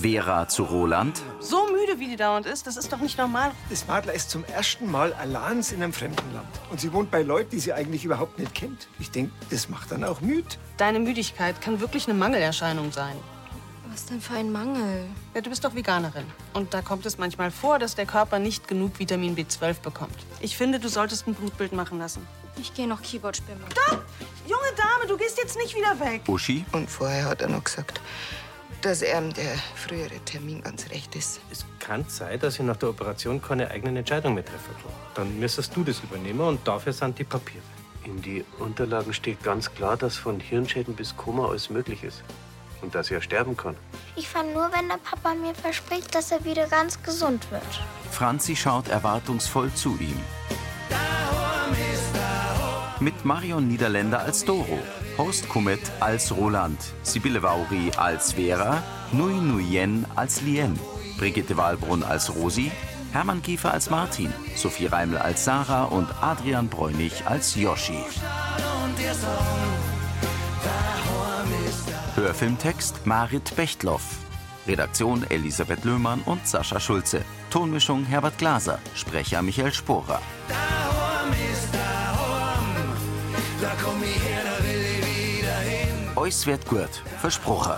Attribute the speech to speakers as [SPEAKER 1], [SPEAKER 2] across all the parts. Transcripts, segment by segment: [SPEAKER 1] Vera zu Roland.
[SPEAKER 2] So müde, wie die dauernd ist, das ist doch nicht normal.
[SPEAKER 3] Das Madler ist zum ersten Mal allein in einem fremden Land. Und sie wohnt bei Leuten, die sie eigentlich überhaupt nicht kennt. Ich denke, das macht dann auch müd.
[SPEAKER 2] Deine Müdigkeit kann wirklich eine Mangelerscheinung sein.
[SPEAKER 4] Was denn für ein Mangel?
[SPEAKER 2] Ja, du bist doch Veganerin. Und da kommt es manchmal vor, dass der Körper nicht genug Vitamin B12 bekommt. Ich finde, du solltest ein Blutbild machen lassen.
[SPEAKER 4] Ich gehe noch Keyboard spielen.
[SPEAKER 2] Stopp! Junge Dame, du gehst jetzt nicht wieder weg.
[SPEAKER 1] Uschi,
[SPEAKER 5] Und vorher hat er noch gesagt, dass er der frühere Termin ganz recht ist.
[SPEAKER 6] Es kann sein, dass ich nach der Operation keine eigenen Entscheidungen mehr treffen kann. Dann müsstest du das übernehmen und dafür sind die Papiere.
[SPEAKER 7] In die Unterlagen steht ganz klar, dass von Hirnschäden bis Koma alles möglich ist. Und dass er sterben kann.
[SPEAKER 8] Ich fahre nur, wenn der Papa mir verspricht, dass er wieder ganz gesund wird.
[SPEAKER 1] Franzi schaut erwartungsvoll zu ihm. Mit Marion Niederländer als Doro, Horst Kummet als Roland, Sibylle Vauri als Vera, Nui Nuyen als Lien, Brigitte Wahlbrunn als Rosi, Hermann Kiefer als Martin, Sophie Reiml als Sarah und Adrian Bräunig als Yoshi. Hörfilmtext Marit Bechtloff. Redaktion Elisabeth Löhmann und Sascha Schulze. Tonmischung Herbert Glaser. Sprecher Michael Sporer. Eus wird gut, versprochen.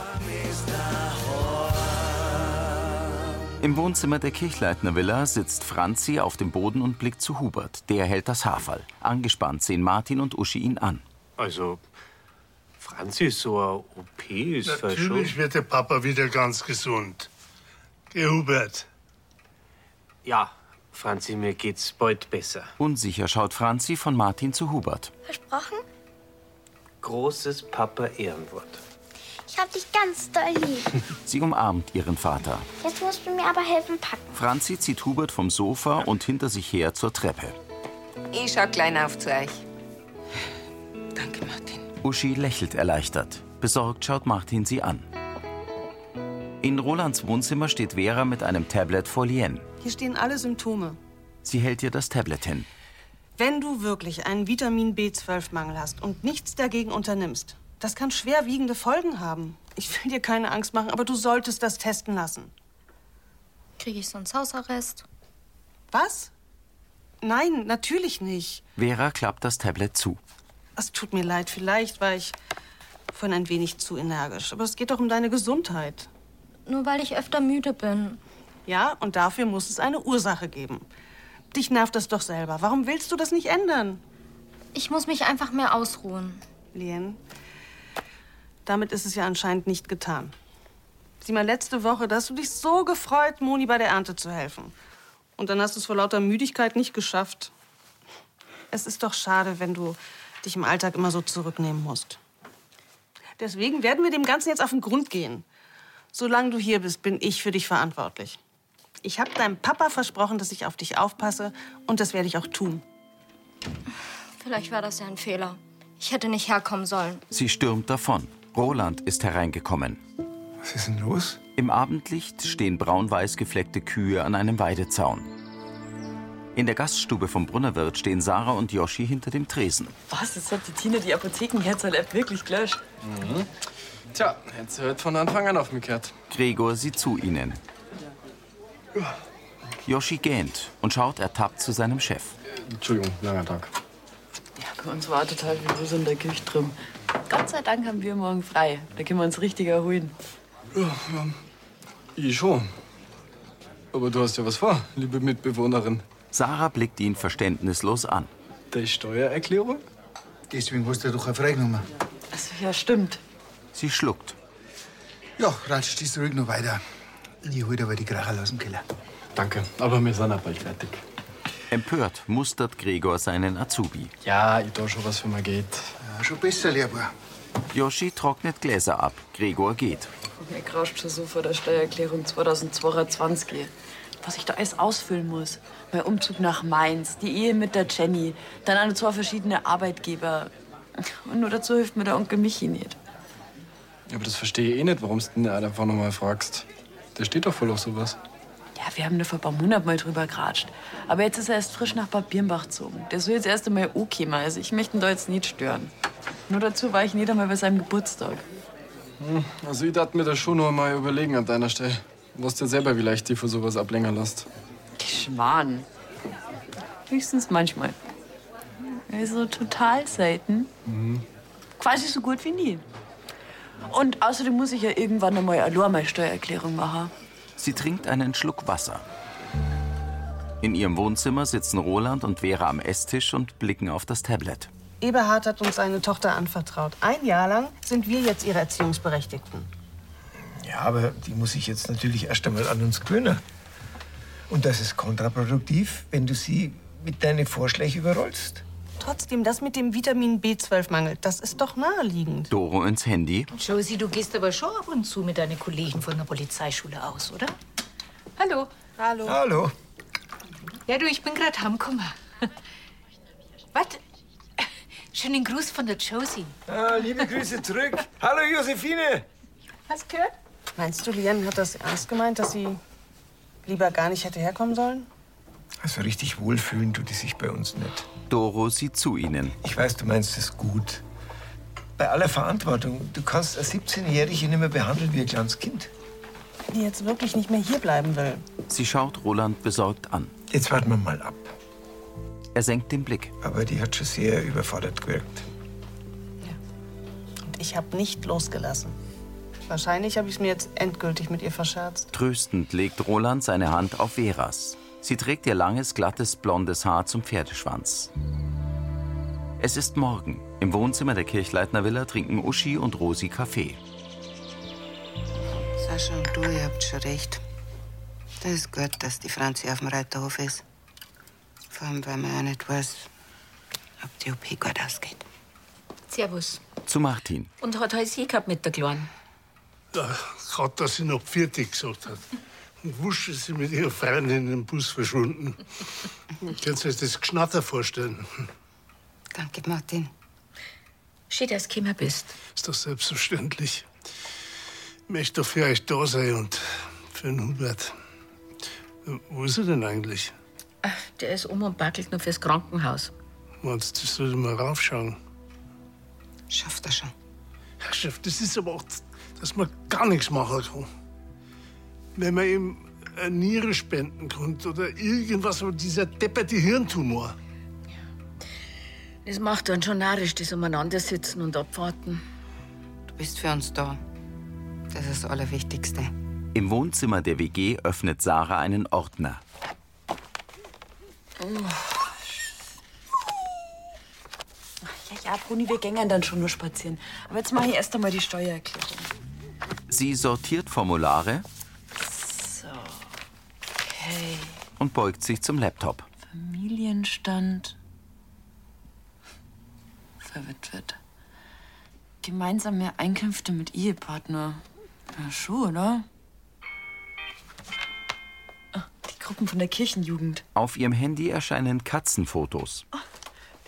[SPEAKER 1] Im Wohnzimmer der Kirchleitner Villa sitzt Franzi auf dem Boden und blickt zu Hubert. Der hält das Haarfall. Angespannt sehen Martin und Uschi ihn an.
[SPEAKER 7] Also, Franzi, so ein OP ist vielleicht schon.
[SPEAKER 9] Natürlich wird der Papa wieder ganz gesund. Geh, Hubert.
[SPEAKER 6] Ja, Franzi, mir geht's bald besser.
[SPEAKER 1] Unsicher schaut Franzi von Martin zu Hubert.
[SPEAKER 8] Versprochen?
[SPEAKER 6] Großes Papa-Ehrenwort.
[SPEAKER 8] Ich hab dich ganz doll lieb.
[SPEAKER 1] Sie umarmt ihren Vater.
[SPEAKER 8] Jetzt musst du mir aber helfen packen.
[SPEAKER 1] Franzi zieht Hubert vom Sofa und hinter sich her zur Treppe.
[SPEAKER 5] Ich schau klein auf zu euch.
[SPEAKER 2] Danke, Martin.
[SPEAKER 1] Uschi lächelt erleichtert. Besorgt schaut Martin sie an. In Rolands Wohnzimmer steht Vera mit einem Tablet vor Lien.
[SPEAKER 2] Hier stehen alle Symptome.
[SPEAKER 1] Sie hält ihr das Tablet hin.
[SPEAKER 2] Wenn du wirklich einen Vitamin B12-Mangel hast und nichts dagegen unternimmst, das kann schwerwiegende Folgen haben. Ich will dir keine Angst machen, aber du solltest das testen lassen.
[SPEAKER 4] Kriege ich sonst Hausarrest?
[SPEAKER 2] Was? Nein, natürlich nicht.
[SPEAKER 1] Vera klappt das Tablet zu.
[SPEAKER 2] Es tut mir leid, vielleicht war ich vorhin ein wenig zu energisch. Aber es geht doch um deine Gesundheit.
[SPEAKER 4] Nur weil ich öfter müde bin.
[SPEAKER 2] Ja, und dafür muss es eine Ursache geben. Dich nervt das doch selber. Warum willst du das nicht ändern?
[SPEAKER 4] Ich muss mich einfach mehr ausruhen.
[SPEAKER 2] Lien, damit ist es ja anscheinend nicht getan. Sieh mal, letzte Woche, da hast du dich so gefreut, Moni bei der Ernte zu helfen. Und dann hast du es vor lauter Müdigkeit nicht geschafft. Es ist doch schade, wenn du dich im Alltag immer so zurücknehmen musst. Deswegen werden wir dem Ganzen jetzt auf den Grund gehen. Solange du hier bist, bin ich für dich verantwortlich. Ich habe deinem Papa versprochen, dass ich auf dich aufpasse und das werde ich auch tun.
[SPEAKER 4] Vielleicht war das ja ein Fehler. Ich hätte nicht herkommen sollen.
[SPEAKER 1] Sie stürmt davon. Roland ist hereingekommen.
[SPEAKER 3] Was ist denn los?
[SPEAKER 1] Im Abendlicht stehen braun-weiß gefleckte Kühe an einem Weidezaun. In der Gaststube vom Brunnerwirt stehen Sarah und Yoshi hinter dem Tresen.
[SPEAKER 10] Was, jetzt hat die Tina die Apothekenherzahl-App wirklich gelöscht.
[SPEAKER 11] Tja, jetzt hört von Anfang an auf mich gehört.
[SPEAKER 1] Gregor sieht zu ihnen. Yoshi gähnt und schaut ertappt zu seinem Chef.
[SPEAKER 11] Entschuldigung, langer Tag.
[SPEAKER 10] Ja, bei uns war total viel Bus in der Küche drin. Gott sei Dank haben wir morgen frei. Da können wir uns richtig erholen.
[SPEAKER 11] Ich schon. Aber du hast ja was vor, liebe Mitbewohnerin.
[SPEAKER 1] Sarah blickt ihn verständnislos an.
[SPEAKER 11] Die Steuererklärung?
[SPEAKER 3] Deswegen hast du doch eine Freignummer.
[SPEAKER 10] Also, ja, stimmt.
[SPEAKER 1] Sie schluckt.
[SPEAKER 3] Ja, ratsch dich ruhig noch weiter. Ich hol dir aber die Kracher aus dem Keller.
[SPEAKER 11] Danke, aber wir sind auch bald fertig.
[SPEAKER 1] Empört mustert Gregor seinen Azubi.
[SPEAKER 11] Ja, ich tue schon, was für mir geht.
[SPEAKER 3] Ja, schon besser, Lehrbar.
[SPEAKER 1] Yoshi trocknet Gläser ab. Gregor geht.
[SPEAKER 10] Mir grauscht schon so vor der Steuererklärung 2022. Was ich da alles ausfüllen muss. Mein Umzug nach Mainz, die Ehe mit der Jenny, dann an zwei verschiedene Arbeitgeber. Und nur dazu hilft mir der Onkel Michi nicht.
[SPEAKER 11] Aber das verstehe ich eh nicht, warum du denn einfach nochmal fragst. Der steht doch voll auf sowas.
[SPEAKER 10] Ja, wir haben da vor ein paar Monaten mal drüber geratscht. Aber jetzt ist er erst frisch nach Papierenbach gezogen. Der soll jetzt erst einmal okay Also ich möchte ihn da jetzt nicht stören. Nur dazu war ich nicht einmal bei seinem Geburtstag.
[SPEAKER 11] Hm, Also, ich dachte mir das schon noch mal überlegen an deiner Stelle. Du weißt ja selber, wie leicht die für sowas ablenken lässt.
[SPEAKER 10] Schwan. Höchstens manchmal. Also total selten.
[SPEAKER 11] Mhm.
[SPEAKER 10] Quasi so gut wie nie. Und außerdem muss ich ja irgendwann einmal allein meine Steuererklärung machen.
[SPEAKER 1] Sie trinkt einen Schluck Wasser. In ihrem Wohnzimmer sitzen Roland und Vera am Esstisch und blicken auf das Tablet.
[SPEAKER 2] Eberhard hat uns seine Tochter anvertraut. Ein Jahr lang sind wir jetzt ihre Erziehungsberechtigten.
[SPEAKER 3] Ja, aber die muss ich jetzt natürlich erst einmal an uns gewöhnen. Und das ist kontraproduktiv, wenn du sie mit deinen Vorschlägen überrollst.
[SPEAKER 2] Trotzdem, das mit dem Vitamin B12-Mangel, das ist doch naheliegend.
[SPEAKER 1] Doro ins Handy.
[SPEAKER 12] Josie, du gehst aber schon ab und zu mit deinen Kollegen von der Polizeischule aus, oder? Hallo. Hallo.
[SPEAKER 3] Hallo.
[SPEAKER 12] Ja, du, ich bin gerade heimgekommen. Was? Schönen Gruß von der Josie.
[SPEAKER 3] Ah, liebe Grüße zurück. Hallo Josephine.
[SPEAKER 2] Hast gehört? Meinst du, Liane hat das ernst gemeint, dass sie lieber gar nicht hätte herkommen sollen?
[SPEAKER 3] Also richtig wohlfühlen tut die sich bei uns nicht.
[SPEAKER 1] Doro sieht zu ihnen.
[SPEAKER 3] Ich weiß, du meinst es gut. Bei aller Verantwortung, du kannst eine 17-Jährige nicht mehr behandeln wie ein kleines Kind.
[SPEAKER 2] Die jetzt wirklich nicht mehr hier bleiben will.
[SPEAKER 1] Sie schaut Roland besorgt an.
[SPEAKER 3] Jetzt warten wir mal ab.
[SPEAKER 1] Er senkt den Blick.
[SPEAKER 3] Aber die hat schon sehr überfordert gewirkt.
[SPEAKER 2] Und ich habe nicht losgelassen. Wahrscheinlich habe ich es mir jetzt endgültig mit ihr verscherzt.
[SPEAKER 1] Tröstend legt Roland seine Hand auf Veras. Sie trägt ihr langes, glattes, blondes Haar zum Pferdeschwanz. Es ist morgen. Im Wohnzimmer der Kirchleitner Villa trinken Uschi und Rosi Kaffee.
[SPEAKER 5] Sascha und du, ihr habt schon recht. Das ist gut, dass die Franzi auf dem Reiterhof ist. Vor allem, weil man ja nicht weiß, ob die OP gut ausgeht.
[SPEAKER 12] Servus.
[SPEAKER 1] Zu Martin.
[SPEAKER 12] Und hat alles eh gehabt mit der Kleinen.
[SPEAKER 9] Da hat er sie noch fertig gesagt hat. Und wusch ist sie mit ihrer Freundin im Bus verschwunden. Kannst du euch das Geschnatter vorstellen?
[SPEAKER 5] Danke, Martin.
[SPEAKER 12] Schön, dass du gekommen bist.
[SPEAKER 9] Ist doch selbstverständlich. Ich möchte doch für euch da sein und für den Hubert. Wo ist er denn eigentlich?
[SPEAKER 12] Der ist um und backelt nur fürs Krankenhaus.
[SPEAKER 9] Meinst du, das sollte mal raufschauen?
[SPEAKER 5] Schafft er schon.
[SPEAKER 9] Herr Chef, das ist aber auch, dass man gar nichts machen kann. Wenn man ihm eine Niere spenden kann oder irgendwas, aber dieser depperte Hirntumor.
[SPEAKER 12] Das macht dann schon narrisch, das umeinander sitzen und abwarten.
[SPEAKER 5] Du bist für uns da. Das ist das Allerwichtigste.
[SPEAKER 1] Im Wohnzimmer der WG öffnet Sarah einen Ordner.
[SPEAKER 10] Ja, ja, Bruni, wir gängern dann schon nur spazieren. Aber jetzt mache ich erst einmal die Steuererklärung.
[SPEAKER 1] Sie sortiert Formulare
[SPEAKER 10] So. Okay.
[SPEAKER 1] und beugt sich zum Laptop.
[SPEAKER 10] Familienstand. Verwitwet. Gemeinsame Einkünfte mit Ehepartner. Ja, schon, oder? Ah, die Gruppen von der Kirchenjugend.
[SPEAKER 1] Auf ihrem Handy erscheinen Katzenfotos.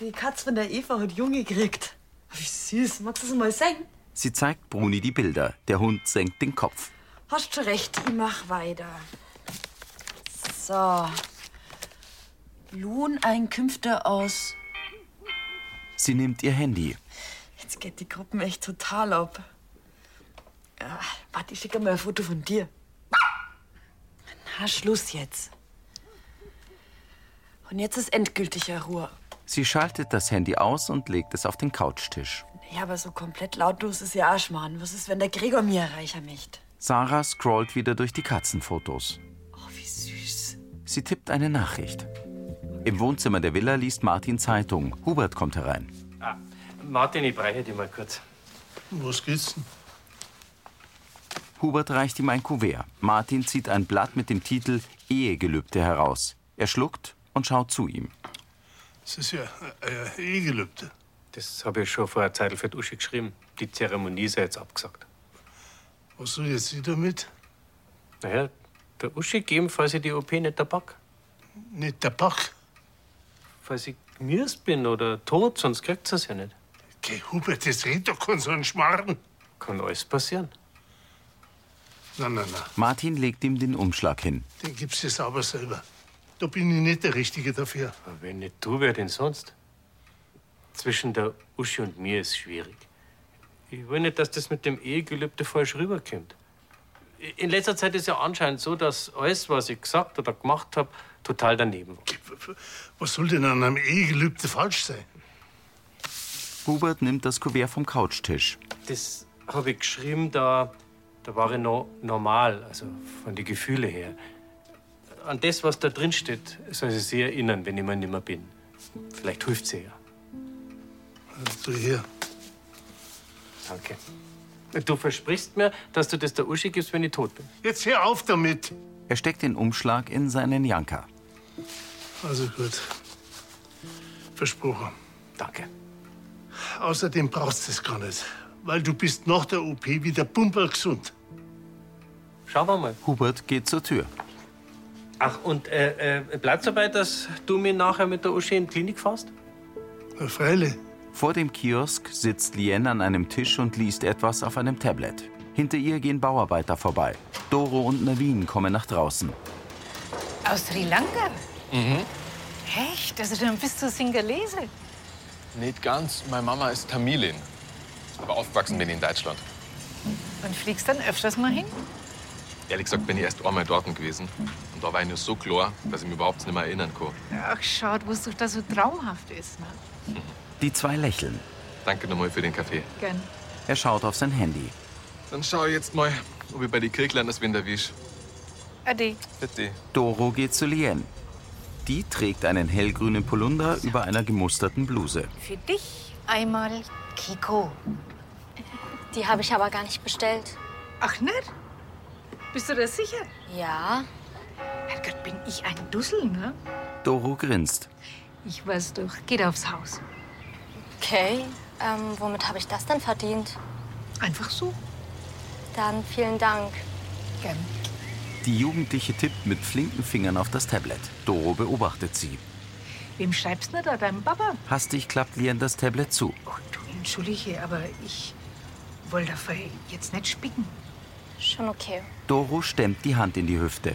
[SPEAKER 10] Die Katz von der Eva hat Junge gekriegt. Wie süß. Magst du es mal sehen?
[SPEAKER 1] Sie zeigt Bruni die Bilder. Der Hund senkt den Kopf.
[SPEAKER 10] Hast schon recht, ich mach weiter. So. Lohneinkünfte aus.
[SPEAKER 1] Sie nimmt ihr Handy.
[SPEAKER 10] Jetzt geht die Gruppen echt total ab. Ja, warte, ich schicke mal ein Foto von dir. Na, Schluss jetzt. Und jetzt ist endgültig ja Ruhe.
[SPEAKER 1] Sie schaltet das Handy aus und legt es auf den Couchtisch.
[SPEAKER 10] Ja, aber so komplett lautlos ist ja Arschmann. Was ist, wenn der Gregor mir erreichen möchte?
[SPEAKER 1] Sarah scrollt wieder durch die Katzenfotos.
[SPEAKER 10] Oh, wie süß.
[SPEAKER 1] Sie tippt eine Nachricht. Im Wohnzimmer der Villa liest Martin Zeitung. Hubert kommt herein.
[SPEAKER 6] Ah, Martin, ich breche dich mal kurz.
[SPEAKER 9] Um Was geht's denn?
[SPEAKER 1] Hubert reicht ihm ein Kuvert. Martin zieht ein Blatt mit dem Titel Ehegelübde heraus. Er schluckt und schaut zu ihm.
[SPEAKER 9] Das ist ja äh, eh Gelübde.
[SPEAKER 6] Das habe ich schon vor einer Zeit für die Uschi geschrieben. Die Zeremonie ist ja jetzt abgesagt.
[SPEAKER 9] Was soll jetzt sie damit?
[SPEAKER 6] Naja, der Uschi geben, falls ich die OP nicht Tabak.
[SPEAKER 9] Nicht Tabak?
[SPEAKER 6] Falls ich gemürzt bin oder tot, sonst kriegt sie es ja nicht.
[SPEAKER 9] Geh, Hubert, das redet doch kein so ein Schmarrn.
[SPEAKER 6] Kann alles passieren.
[SPEAKER 9] Nein, nein, nein.
[SPEAKER 1] Martin legt ihm den Umschlag hin.
[SPEAKER 9] Den gibst du sauber selber. Da bin ich nicht der Richtige dafür.
[SPEAKER 6] Aber wenn nicht du, wer denn sonst? Zwischen der Uschi und mir ist schwierig. Ich will nicht, dass das mit dem Ehegelübde falsch rüberkommt. In letzter Zeit ist ja anscheinend so, dass alles, was ich gesagt oder gemacht habe, total daneben war.
[SPEAKER 9] Was soll denn an einem Ehegelübde falsch sein?
[SPEAKER 1] Hubert nimmt das Kuvert vom Couchtisch.
[SPEAKER 6] Das habe ich geschrieben, da, da war ich noch normal, also von den Gefühlen her. An das, was da drin steht, soll sie sich erinnern, wenn ich mal nimmer bin. Vielleicht hilft sie ja.
[SPEAKER 9] Also hier.
[SPEAKER 6] Danke. Du versprichst mir, dass du das der Uschi gibst, wenn ich tot bin.
[SPEAKER 9] Jetzt hör auf damit.
[SPEAKER 1] Er steckt den Umschlag in seinen Janker.
[SPEAKER 9] Also gut. Versprochen.
[SPEAKER 6] Danke.
[SPEAKER 9] Außerdem brauchst du es gar nicht, weil du bist nach der OP wieder pumperl gesund.
[SPEAKER 6] Schauen wir mal.
[SPEAKER 1] Hubert geht zur Tür.
[SPEAKER 6] Ach, und äh, äh, bleibt dabei, dass du mir nachher mit der Uschi in die Klinik fährst?
[SPEAKER 9] Na, Freile.
[SPEAKER 1] Vor dem Kiosk sitzt Lien an einem Tisch und liest etwas auf einem Tablet. Hinter ihr gehen Bauarbeiter vorbei. Doro und Navin kommen nach draußen.
[SPEAKER 13] Aus Sri Lanka? Echt? Also dann bist du Singalese.
[SPEAKER 14] Nicht ganz. Meine Mama ist Tamilin. Aber aufgewachsen bin ich in Deutschland.
[SPEAKER 13] Und fliegst dann öfters mal hin?
[SPEAKER 14] Ehrlich gesagt bin ich erst einmal dort gewesen. Und da war ich nur so klar, dass ich mich überhaupt nicht mehr erinnern kann.
[SPEAKER 13] Ach, schaut, wo es doch da so traumhaft ist. Ne?
[SPEAKER 1] Die zwei lächeln.
[SPEAKER 14] Danke nochmal für den Kaffee.
[SPEAKER 13] Gern.
[SPEAKER 1] Er schaut auf sein Handy.
[SPEAKER 14] Dann schau ich jetzt mal, ob ich bei die Kirchlanders wen erwisch.
[SPEAKER 13] Ade.
[SPEAKER 14] Bitte.
[SPEAKER 1] Doro geht zu Lien. Die trägt einen hellgrünen Polunder über einer gemusterten Bluse.
[SPEAKER 13] Für dich einmal Kiko.
[SPEAKER 4] Die habe ich aber gar nicht bestellt.
[SPEAKER 13] Ach, nicht? Bist du da sicher?
[SPEAKER 4] Ja.
[SPEAKER 13] Herrgott, bin ich ein Dussel, ne?
[SPEAKER 1] Doro grinst.
[SPEAKER 13] Ich weiß doch. Geht aufs Haus.
[SPEAKER 4] Okay. Ähm, womit habe ich das denn verdient?
[SPEAKER 13] Einfach so.
[SPEAKER 4] Dann vielen Dank.
[SPEAKER 13] Gern.
[SPEAKER 1] Die Jugendliche tippt mit flinken Fingern auf das Tablet. Doro beobachtet sie.
[SPEAKER 13] Wem schreibst du da? Deinem Papa?
[SPEAKER 1] Hastig klappt Lien das Tablet zu.
[SPEAKER 13] Entschuldige, aber ich wollte auf euch jetzt nicht spicken.
[SPEAKER 4] Schon okay.
[SPEAKER 1] Doro stemmt die Hand in die Hüfte.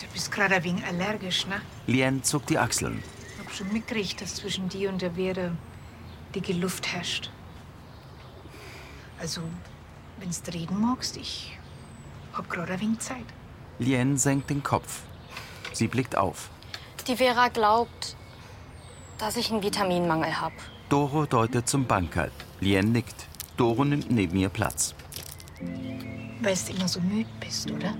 [SPEAKER 13] Du bist gerade ein wenig allergisch, ne?
[SPEAKER 1] Lien zuckt die Achseln.
[SPEAKER 13] Ich hab schon mitgekriegt, dass zwischen dir und der Vera dicke Luft herrscht. Also, wenn's du reden magst, ich hab gerade ein wenig Zeit.
[SPEAKER 1] Lien senkt den Kopf. Sie blickt auf.
[SPEAKER 4] Die Vera glaubt, dass ich einen Vitaminmangel habe.
[SPEAKER 1] Doro deutet zum Bankerl. Lien nickt. Doro nimmt neben ihr Platz.
[SPEAKER 13] Weißt du immer so müde bist, oder?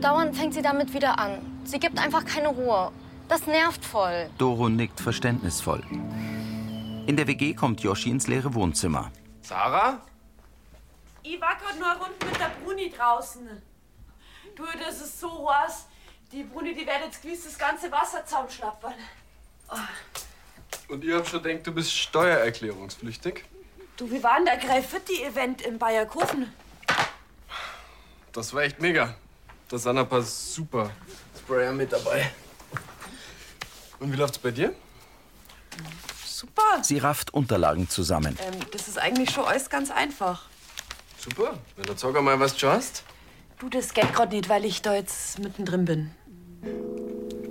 [SPEAKER 4] Dauernd fängt sie damit wieder an. Sie gibt einfach keine Ruhe. Das nervt voll.
[SPEAKER 1] Doro nickt verständnisvoll. In der WG kommt Yoshi ins leere Wohnzimmer.
[SPEAKER 14] Sarah?
[SPEAKER 15] Ich war gerade nur rund mit der Bruni draußen. Du, das ist so heiß. Die Bruni, die wird jetzt gewiss das ganze Wasser zusammenschlappern.
[SPEAKER 11] Und ihr habt schon denkt, du bist steuererklärungspflichtig.
[SPEAKER 15] Du, wie war denn der Graffiti-Event in Bayerkofen?
[SPEAKER 11] Das war echt mega. Da sind ein paar super Sprayer mit dabei. Und wie läuft's bei dir?
[SPEAKER 15] Super.
[SPEAKER 1] Sie rafft Unterlagen zusammen.
[SPEAKER 15] Ähm, das ist eigentlich schon alles ganz einfach.
[SPEAKER 11] Super. Wenn du sogar mal was schon hast.
[SPEAKER 15] Du, das geht gerade nicht, weil ich da jetzt mittendrin bin.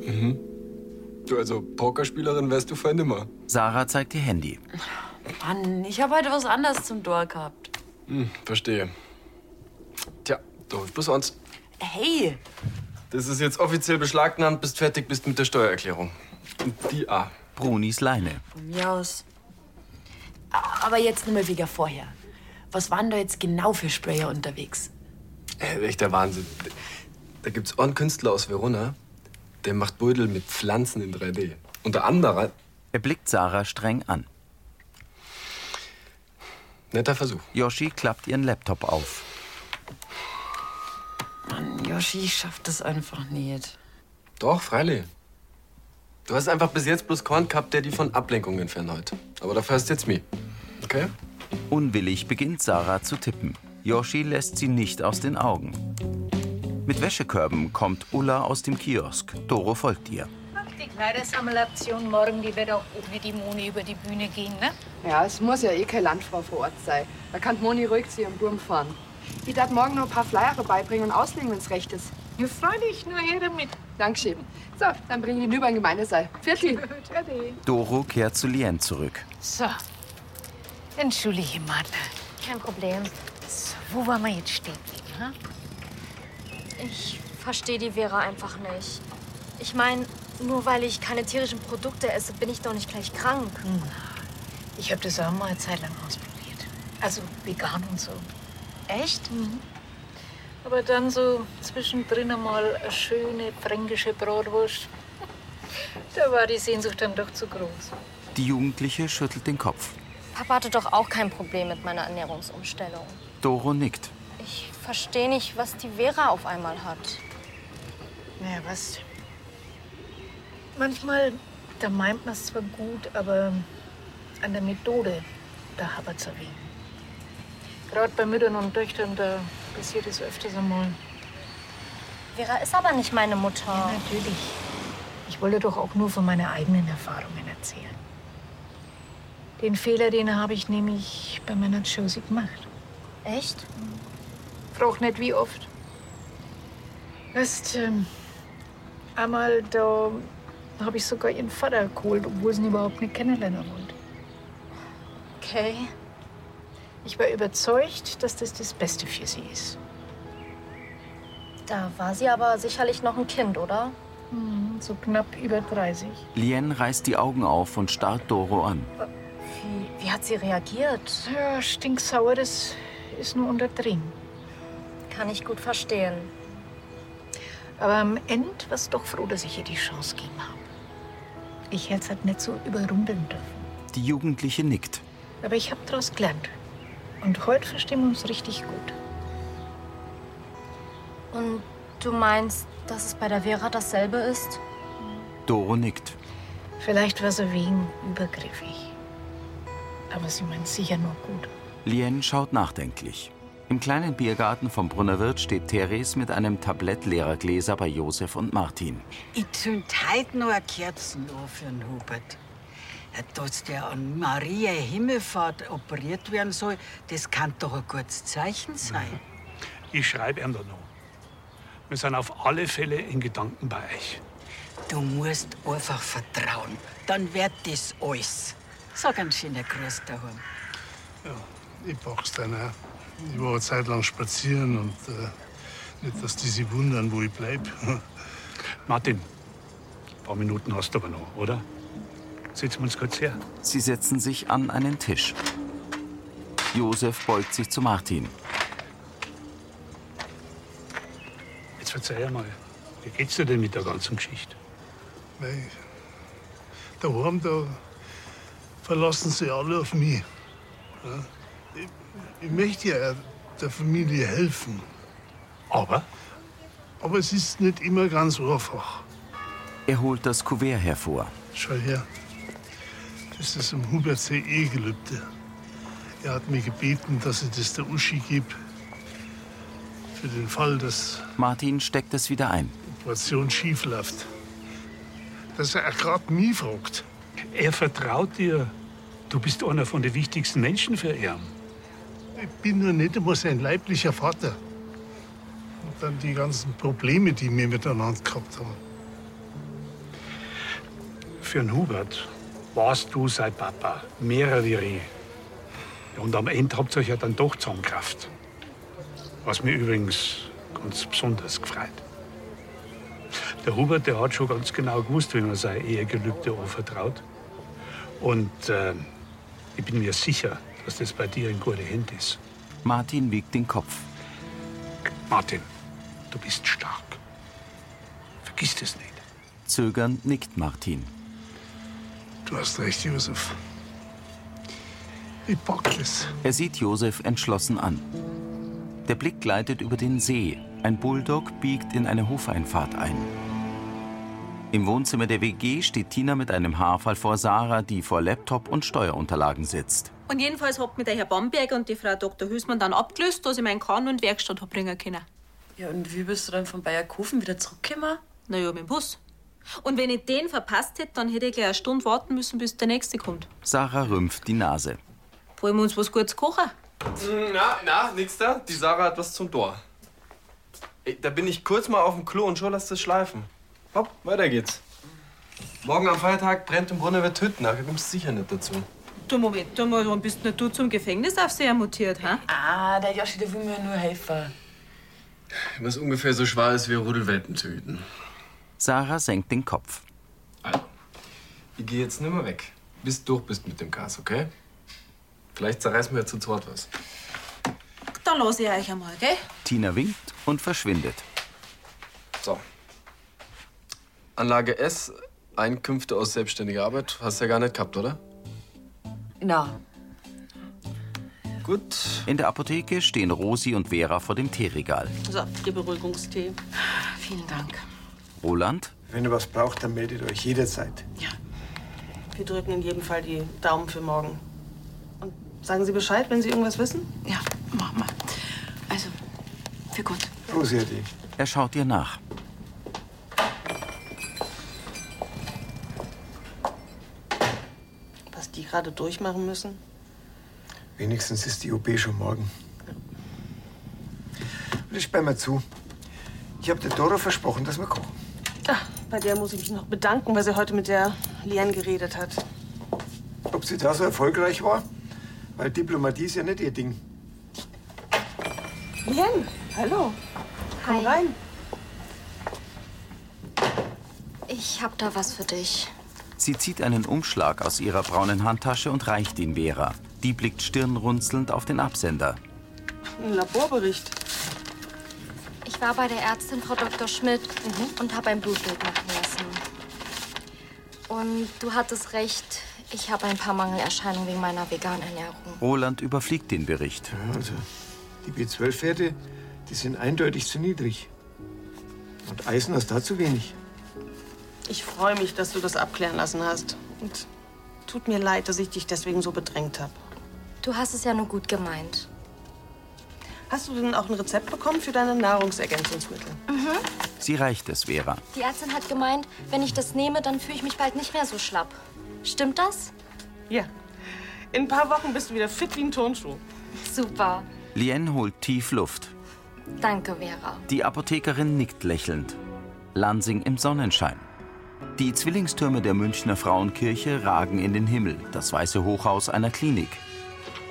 [SPEAKER 11] Mhm. Du, also Pokerspielerin wärst du fein nimmer.
[SPEAKER 1] Sarah zeigt ihr Handy.
[SPEAKER 15] Mann, ich habe heute was anderes zum Tor gehabt.
[SPEAKER 11] Hm, verstehe. Tja, du, bis uns.
[SPEAKER 15] Hey,
[SPEAKER 11] Das ist jetzt offiziell beschlagnahmt, bist fertig, bist mit der Steuererklärung. Und die A.
[SPEAKER 1] Brunis Leine.
[SPEAKER 15] von mir aus. Aber jetzt nicht mehr wegen vorher. Was waren da jetzt genau für Sprayer unterwegs?
[SPEAKER 11] Äh, echt der Wahnsinn. Da gibt's einen Künstler aus Verona, der macht Beutel mit Pflanzen in 3D. Unter anderem.
[SPEAKER 1] Er blickt Sarah streng an.
[SPEAKER 11] Netter Versuch.
[SPEAKER 1] Yoshi klappt ihren Laptop auf.
[SPEAKER 15] Yoshi schafft das einfach nicht.
[SPEAKER 11] Doch, freilich. Du hast einfach bis jetzt bloß Korn gehabt, der die von Ablenkungen fernhält. Aber dafür hast du jetzt mich. Okay?
[SPEAKER 1] Unwillig beginnt Sarah zu tippen. Yoshi lässt sie nicht aus den Augen. Mit Wäschekörben kommt Ulla aus dem Kiosk. Doro folgt ihr.
[SPEAKER 13] Ach, die Kleidersammelaktion morgen, die wird auch ohne die Moni über die Bühne gehen, ne?
[SPEAKER 16] Ja, es muss ja eh keine Landfrau vor Ort sein. Da kann die Moni ruhig zu ihrem Burm fahren. Ich darf morgen noch ein paar Flyer beibringen und auslegen, wenn's recht ist. Ja, freilich, nur her damit. Dankeschön. So, dann bringe ich ihn über in Gemeindesaal. Viertel.
[SPEAKER 1] Doro kehrt zu Lien zurück.
[SPEAKER 13] So. Entschuldige, Martha. Kein Problem. So, wo waren wir jetzt stehen geblieben? ha?
[SPEAKER 4] Ich verstehe die Vera einfach nicht. Ich meine, nur weil ich keine tierischen Produkte esse, bin ich doch nicht gleich krank.
[SPEAKER 13] Ich habe das auch mal eine Zeit lang ausprobiert. Also vegan und so. Mhm. Echt? Aber dann so zwischendrin einmal eine schöne fränkische Bratwurst. Da war die Sehnsucht dann doch zu groß.
[SPEAKER 1] Die Jugendliche schüttelt den Kopf.
[SPEAKER 4] Papa hatte doch auch kein Problem mit meiner Ernährungsumstellung.
[SPEAKER 1] Doro nickt.
[SPEAKER 4] Ich verstehe nicht, was die Vera auf einmal hat.
[SPEAKER 13] Naja, was? Manchmal, da meint man es zwar gut, aber an der Methode, da hapert es ein wenig. Gerade bei Müttern und Töchtern, da passiert es öfters einmal.
[SPEAKER 4] Vera ist aber nicht meine Mutter. Ja, natürlich.
[SPEAKER 13] Ich wollte doch auch nur von meinen eigenen Erfahrungen erzählen. Den Fehler, den habe ich nämlich bei meiner Josie gemacht.
[SPEAKER 4] Echt?
[SPEAKER 13] Frag nicht, wie oft. Weißt, ähm, einmal da habe ich sogar ihren Vater geholt, obwohl sie ihn überhaupt nicht kennenlernen wollte. Okay. Ich war überzeugt, dass das das Beste für sie ist.
[SPEAKER 4] Da war sie aber sicherlich noch ein Kind, oder?
[SPEAKER 13] Hm, So knapp über 30.
[SPEAKER 1] Lien reißt die Augen auf und starrt Doro an.
[SPEAKER 13] Wie, wie hat sie reagiert? Ja, stinksauer, das ist nur untertrieben. Kann ich gut verstehen. Aber am Ende war es doch froh, dass ich ihr die Chance gegeben habe. Ich hätte es halt nicht so überrumpeln dürfen.
[SPEAKER 1] Die Jugendliche nickt.
[SPEAKER 13] Aber ich habe daraus gelernt. Und heute verstehen wir uns richtig gut.
[SPEAKER 4] Und du meinst, dass es bei der Vera dasselbe ist?
[SPEAKER 1] Doro nickt.
[SPEAKER 13] Vielleicht war sie wegen übergriffig. Aber sie meint sicher nur gut.
[SPEAKER 1] Lien schaut nachdenklich. Im kleinen Biergarten vom Brunnerwirt steht Therese mit einem Tablett leerer Gläser bei Josef und Martin.
[SPEAKER 17] Ich zünd heute noch eine Kerzen an für den Hubert. Ja, Dass der an Maria Himmelfahrt operiert werden soll, das kann doch ein gutes Zeichen sein.
[SPEAKER 9] Mhm.
[SPEAKER 18] Ich schreibe ihm dann noch. Wir sind auf alle Fälle in Gedanken bei euch.
[SPEAKER 17] Du musst einfach vertrauen, dann wird das alles. Sag einen schönen Gruß daheim.
[SPEAKER 9] Ja, ich pack's dann auch. Ich war eine Zeit lang spazieren und äh, nicht, dass die sich wundern, wo ich bleib.
[SPEAKER 18] Martin, ein paar Minuten hast du aber noch, oder? Setzen wir uns kurz her.
[SPEAKER 1] Sie setzen sich an einen Tisch. Josef beugt sich zu Martin.
[SPEAKER 18] Jetzt verzeih mal, wie geht's dir denn mit der ganzen Geschichte?
[SPEAKER 9] Weil daheim, da verlassen sie alle auf mich. Ja? Ich, ich möchte ja der Familie helfen.
[SPEAKER 18] Aber?
[SPEAKER 9] Aber es ist nicht immer ganz einfach.
[SPEAKER 1] Er holt das Kuvert hervor.
[SPEAKER 9] Schau her. Das ist im Hubert C. E-Gelübde. Er hat mir gebeten, dass ich das der Uschi gebe. Für den Fall, dass
[SPEAKER 1] Martin steckt es wieder ein.
[SPEAKER 9] die Operation schief läuft. Dass er gerade nie fragt.
[SPEAKER 18] Er vertraut dir. Du bist einer von den wichtigsten Menschen für ihn.
[SPEAKER 9] Ich bin nur nicht einmal sein leiblicher Vater. Und dann die ganzen Probleme, die wir miteinander gehabt haben.
[SPEAKER 18] Für den Hubert warst du sein Papa. Mehrer wie ich. Ja, Und am Ende habt ihr euch ja dann doch zusammengekraft. Was mir übrigens ganz besonders gefreut. Der Hubert, der hat schon ganz genau gewusst, wie man sein Ehegelübde anvertraut. Und äh, ich bin mir sicher, dass das bei dir in gute Hände ist.
[SPEAKER 1] Martin wiegt den Kopf.
[SPEAKER 18] Martin, du bist stark. Vergiss das nicht.
[SPEAKER 1] Zögernd nickt Martin.
[SPEAKER 9] Du hast recht, Josef. Ich pack das.
[SPEAKER 1] Er sieht Josef entschlossen an. Der Blick gleitet über den See. Ein Bulldog biegt in eine Hofeinfahrt ein. Im Wohnzimmer der WG steht Tina mit einem Haarfall vor Sarah, die vor Laptop und Steuerunterlagen sitzt.
[SPEAKER 19] Und jedenfalls hat mir der Herr Bamberger und die Frau Dr. Hülsmann dann abgelöst, dass ich meinen Kahn und Werkstatt hab bringen können.
[SPEAKER 10] Ja, und wie bist du dann von Bayerkofen wieder zurückgekommen?
[SPEAKER 19] Naja, mit dem Bus. Und wenn ich den verpasst hätte, dann hätte ich gleich eine Stunde warten müssen, bis der nächste kommt.
[SPEAKER 1] Sarah rümpft die Nase.
[SPEAKER 19] Wollen wir uns was Gutes kochen?
[SPEAKER 11] Na, na, nix da. Die Sarah hat was zum Tor. Ey, da bin ich kurz mal auf dem Klo und schon lass das schleifen. Hopp, weiter geht's. Morgen am Feiertag brennt im Brunnerwirt Hütten, aber du kommst sicher nicht dazu.
[SPEAKER 19] Du, Moment einmal, wann bist denn du zum Gefängnisaufseher mutiert, hä?
[SPEAKER 10] Ah, der Joschi, der will mir nur helfen.
[SPEAKER 11] Was ungefähr so schwer ist wie Rudelwelpen zu hüten.
[SPEAKER 1] Sarah senkt den Kopf.
[SPEAKER 11] Ich gehe jetzt nimmer weg, bis du durch bist mit dem Gas, okay? Vielleicht zerreißen wir ja zu zweit was.
[SPEAKER 19] Dann lass ich euch einmal, gell?
[SPEAKER 1] Tina winkt und verschwindet.
[SPEAKER 11] So. Anlage S, Einkünfte aus selbstständiger Arbeit, hast du ja gar nicht gehabt, oder?
[SPEAKER 10] Na,
[SPEAKER 1] Gut. In der Apotheke stehen Rosi und Vera vor dem Teeregal.
[SPEAKER 2] So, ihr Beruhigungstee.
[SPEAKER 10] Vielen Dank.
[SPEAKER 1] Roland?
[SPEAKER 3] Wenn ihr was braucht, dann meldet euch jederzeit.
[SPEAKER 2] Wir drücken in jedem Fall die Daumen für morgen. Und sagen Sie Bescheid, wenn Sie irgendwas wissen?
[SPEAKER 10] Ja, machen wir. Also, für Gott.
[SPEAKER 3] Rosi hat ihn.
[SPEAKER 1] Er schaut ihr nach.
[SPEAKER 2] Was die gerade durchmachen müssen?
[SPEAKER 3] Wenigstens ist die OP schon morgen. Und ich sperre mir zu. Ich habe der Doro versprochen, dass wir kochen.
[SPEAKER 2] Ah, bei der muss ich mich noch bedanken, weil sie heute mit der Liane geredet hat.
[SPEAKER 3] Ob sie da so erfolgreich war? Weil Diplomatie ist ja nicht ihr Ding.
[SPEAKER 2] Liane, hallo. Komm rein.
[SPEAKER 4] Ich hab da was für dich.
[SPEAKER 1] Sie zieht einen Umschlag aus ihrer braunen Handtasche und reicht ihn Vera. Die blickt stirnrunzelnd auf den Absender.
[SPEAKER 2] Ein Laborbericht.
[SPEAKER 4] Ich war bei der Ärztin Frau Dr. Schmidt
[SPEAKER 2] Mhm.
[SPEAKER 4] und habe ein Blutbild machen lassen. Und du hattest recht, ich habe ein paar Mangelerscheinungen wegen meiner veganen Ernährung.
[SPEAKER 1] Roland überfliegt den Bericht.
[SPEAKER 3] Also, die B12-Werte, die sind eindeutig zu niedrig. Und Eisen hast da zu wenig.
[SPEAKER 2] Ich freue mich, dass du das abklären lassen hast. Und tut mir leid, dass ich dich deswegen so bedrängt habe.
[SPEAKER 4] Du hast es ja nur gut gemeint.
[SPEAKER 2] Hast du denn auch ein Rezept bekommen für deine Nahrungsergänzungsmittel?
[SPEAKER 4] Mhm.
[SPEAKER 1] Sie reicht es Vera.
[SPEAKER 4] Die Ärztin hat gemeint, wenn ich das nehme, dann fühle ich mich bald nicht mehr so schlapp. Stimmt das?
[SPEAKER 2] Ja. In ein paar Wochen bist du wieder fit wie ein Turnschuh.
[SPEAKER 4] Super.
[SPEAKER 1] Lien holt tief Luft.
[SPEAKER 4] Danke, Vera.
[SPEAKER 1] Die Apothekerin nickt lächelnd. Lansing im Sonnenschein. Die Zwillingstürme der Münchner Frauenkirche ragen in den Himmel, das weiße Hochhaus einer Klinik.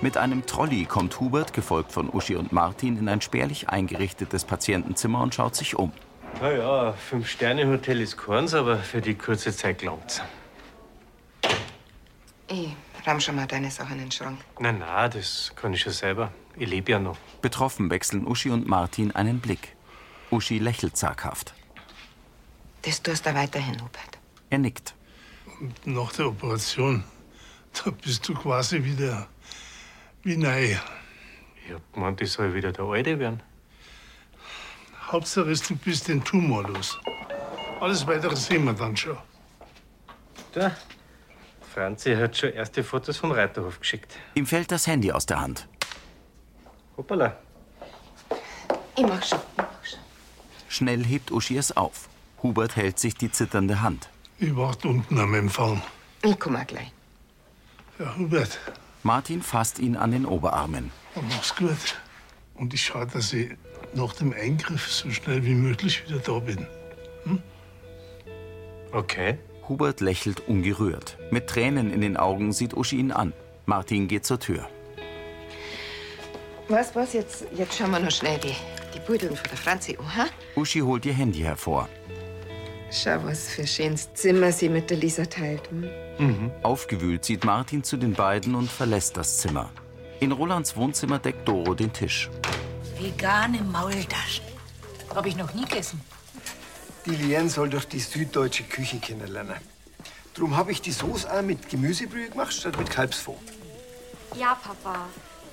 [SPEAKER 1] Mit einem Trolley kommt Hubert, gefolgt von Uschi und Martin, in ein spärlich eingerichtetes Patientenzimmer und schaut sich um.
[SPEAKER 6] Naja, Fünf-Sterne-Hotel ist keins, aber für die kurze Zeit langt's.
[SPEAKER 5] Ich ramm schon mal deine Sachen in den Schrank.
[SPEAKER 6] Na, na, das kann ich ja selber. Ich lebe ja noch.
[SPEAKER 1] Betroffen wechseln Uschi und Martin einen Blick. Uschi lächelt zaghaft.
[SPEAKER 5] Das tust du weiterhin, Hubert.
[SPEAKER 1] Er nickt.
[SPEAKER 9] Und nach der Operation, da bist du quasi wieder wie neu.
[SPEAKER 6] Ich hab gemeint, ich soll wieder der Alte werden.
[SPEAKER 9] Hauptsache ist, du bist den Tumor los. Alles weitere sehen wir dann schon.
[SPEAKER 6] Da. Franzi hat schon erste Fotos vom Reiterhof geschickt.
[SPEAKER 1] Ihm fällt das Handy aus der Hand.
[SPEAKER 6] Hoppala.
[SPEAKER 5] Ich mach schon.
[SPEAKER 1] Schnell hebt Uschi es auf. Hubert hält sich die zitternde Hand.
[SPEAKER 9] Ich warte unten am Empfang.
[SPEAKER 5] Ich komm auch gleich.
[SPEAKER 9] Ja, Hubert,
[SPEAKER 1] Martin fasst ihn an den Oberarmen.
[SPEAKER 9] dann mach's gut. Und ich schaue, dass ich nach dem Eingriff so schnell wie möglich wieder da bin.
[SPEAKER 6] Okay.
[SPEAKER 1] Hubert lächelt ungerührt. Mit Tränen in den Augen sieht Uschi ihn an. Martin geht zur Tür.
[SPEAKER 5] Weißt du was, jetzt, jetzt schauen wir noch schnell die, die Budeln von der Franzi an. Ha?
[SPEAKER 1] Uschi holt ihr Handy hervor.
[SPEAKER 5] Schau, was für schönes Zimmer sie mit der Lisa teilt. Hm?
[SPEAKER 6] Mhm.
[SPEAKER 1] Aufgewühlt sieht Martin zu den beiden und verlässt das Zimmer. In Rolands Wohnzimmer deckt Doro den Tisch.
[SPEAKER 13] Vegane Maultaschen. Hab ich noch nie gegessen.
[SPEAKER 3] Die Lien soll doch die süddeutsche Küche kennenlernen. Drum habe ich die Soße auch mit Gemüsebrühe gemacht, statt mit Kalbsfond.
[SPEAKER 4] Ja, Papa.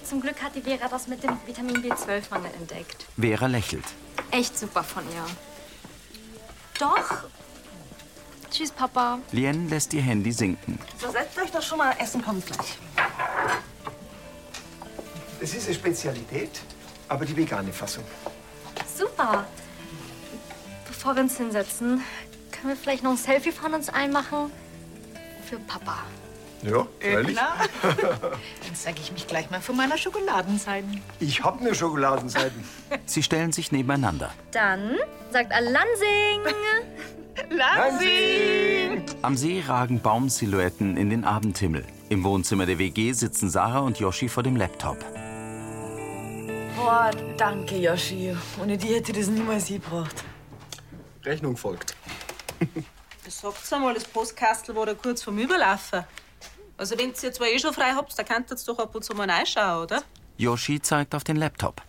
[SPEAKER 4] Zum Glück hat die Vera das mit dem Vitamin B12-Mangel entdeckt.
[SPEAKER 1] Vera lächelt.
[SPEAKER 4] Echt super von ihr. Doch. Tschüss, Papa.
[SPEAKER 1] Lien lässt ihr Handy sinken.
[SPEAKER 2] So, setzt euch doch schon mal. Essen kommt gleich.
[SPEAKER 3] Es ist eine Spezialität, aber die vegane Fassung.
[SPEAKER 4] Super. Bevor wir uns hinsetzen, können wir vielleicht noch ein Selfie von uns einmachen? Für Papa.
[SPEAKER 3] Ja,
[SPEAKER 13] Klar. Dann zeige ich mich gleich mal von meiner Schokoladenseiten.
[SPEAKER 3] Ich hab nur Schokoladenseiten.
[SPEAKER 1] Sie stellen sich nebeneinander.
[SPEAKER 4] Dann sagt Alansing.
[SPEAKER 13] Lansing!
[SPEAKER 1] Am See ragen Baumsilhouetten in den Abendhimmel. Im Wohnzimmer der WG sitzen Sarah und Yoshi vor dem Laptop.
[SPEAKER 10] Boah, danke, Yoshi. Ohne die hätte ich das niemals gebracht.
[SPEAKER 11] Rechnung folgt.
[SPEAKER 19] Sagt's einmal, das Postkastel war da kurz vorm Überlaufen. Also, wenn ihr zwar eh schon frei habt, dann könnt ihr doch ab und zu mal reinschauen, oder?
[SPEAKER 1] Yoshi zeigt auf den Laptop.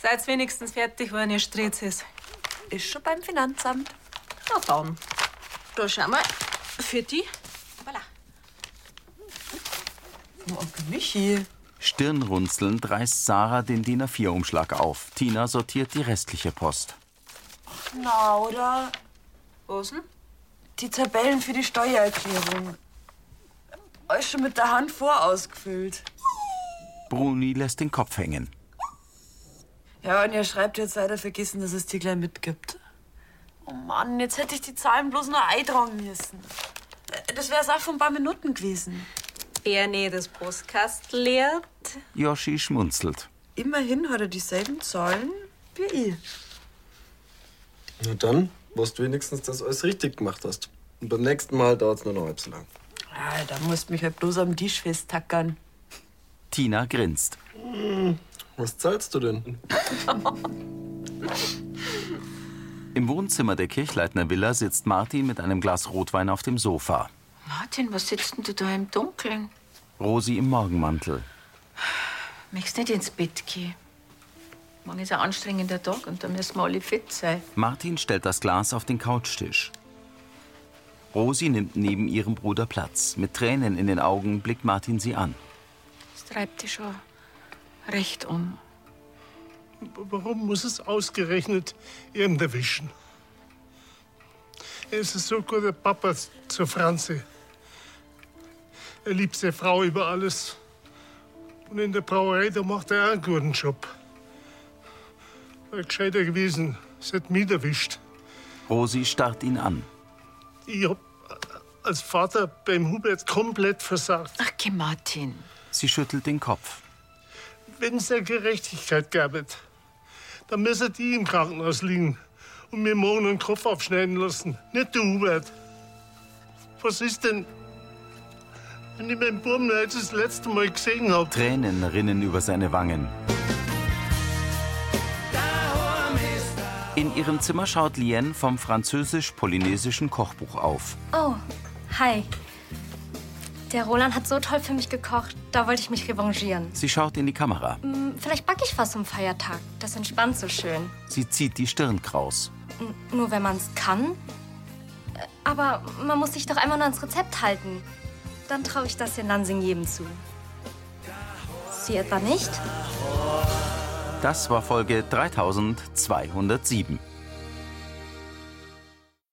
[SPEAKER 19] Seid wenigstens fertig, wenn ihr Stritz ist. Ist schon beim Finanzamt. Na dann. Da schau mal. Für die. Voilà. Michi.
[SPEAKER 1] Stirnrunzelnd reißt Sarah den DIN A4-Umschlag auf. Tina sortiert die restliche Post.
[SPEAKER 10] Na, oder?
[SPEAKER 19] Was denn?
[SPEAKER 10] Die Tabellen für die Steuererklärung. Alles schon mit der Hand vorausgefüllt.
[SPEAKER 1] Bruni lässt den Kopf hängen.
[SPEAKER 10] Ja, und ihr schreibt jetzt leider vergessen, dass es die gleich mitgibt. Oh Mann, jetzt hätte ich die Zahlen bloß nur eintragen müssen. Äh, Das wäre Sache von ein paar Minuten gewesen.
[SPEAKER 19] Wer nicht das Postkastel leert?
[SPEAKER 1] Yoshi schmunzelt.
[SPEAKER 10] Immerhin hat er dieselben Zahlen wie ich.
[SPEAKER 11] Na dann, weißt du wenigstens, dass du alles richtig gemacht hast. Und beim nächsten Mal dauert es nur noch halb so lang.
[SPEAKER 10] Ah, da musst mich halt bloß am Tisch festtackern.
[SPEAKER 1] Tina grinst.
[SPEAKER 10] Hm.
[SPEAKER 11] Was zahlst du denn?
[SPEAKER 1] Im Wohnzimmer der Kirchleitner Villa sitzt Martin mit einem Glas Rotwein auf dem Sofa.
[SPEAKER 20] Martin, was sitzt denn du da im Dunkeln?
[SPEAKER 1] Rosi im Morgenmantel.
[SPEAKER 20] Möchtest nicht ins Bett gehen? Morgen ist ein anstrengender Tag und da müssen wir alle fit sein.
[SPEAKER 1] Martin stellt das Glas auf den Couchtisch. Rosi nimmt neben ihrem Bruder Platz. Mit Tränen in den Augen blickt Martin sie an.
[SPEAKER 20] Das treibt dich schon recht um.
[SPEAKER 9] Warum muss es ausgerechnet ihn erwischen? Er ist ein so guter Papa zu Franzi. Er liebt seine Frau über alles. Und in der Brauerei, da macht er auch einen guten Job. Wäre gescheiter gewesen, es hätte mich erwischt.
[SPEAKER 1] Rosi starrt ihn an.
[SPEAKER 9] Ich hab als Vater beim Hubert komplett versagt.
[SPEAKER 20] Ach, geh, Martin.
[SPEAKER 1] Sie schüttelt den Kopf.
[SPEAKER 9] Wenn es eine Gerechtigkeit gäbe, dann müsste die im Krankenhaus liegen und mir morgen den Kopf aufschneiden lassen. Nicht der Hubert. Was ist denn, wenn ich meinen Buben jetzt das letzte Mal gesehen habe?
[SPEAKER 1] Tränen rinnen über seine Wangen. In ihrem Zimmer schaut Lien vom französisch-polynesischen Kochbuch auf.
[SPEAKER 4] Oh, hi. Der Roland hat so toll für mich gekocht, da wollte ich mich revanchieren.
[SPEAKER 1] Sie schaut in die Kamera.
[SPEAKER 4] Hm, vielleicht backe ich was zum Feiertag. Das entspannt so schön.
[SPEAKER 1] Sie zieht die Stirn kraus.
[SPEAKER 4] N nur wenn man es kann. Äh, Aber man muss sich doch einfach nur ans Rezept halten. Dann traue ich das in Lansing jedem zu. Sie etwa nicht?
[SPEAKER 1] Das war Folge 3207.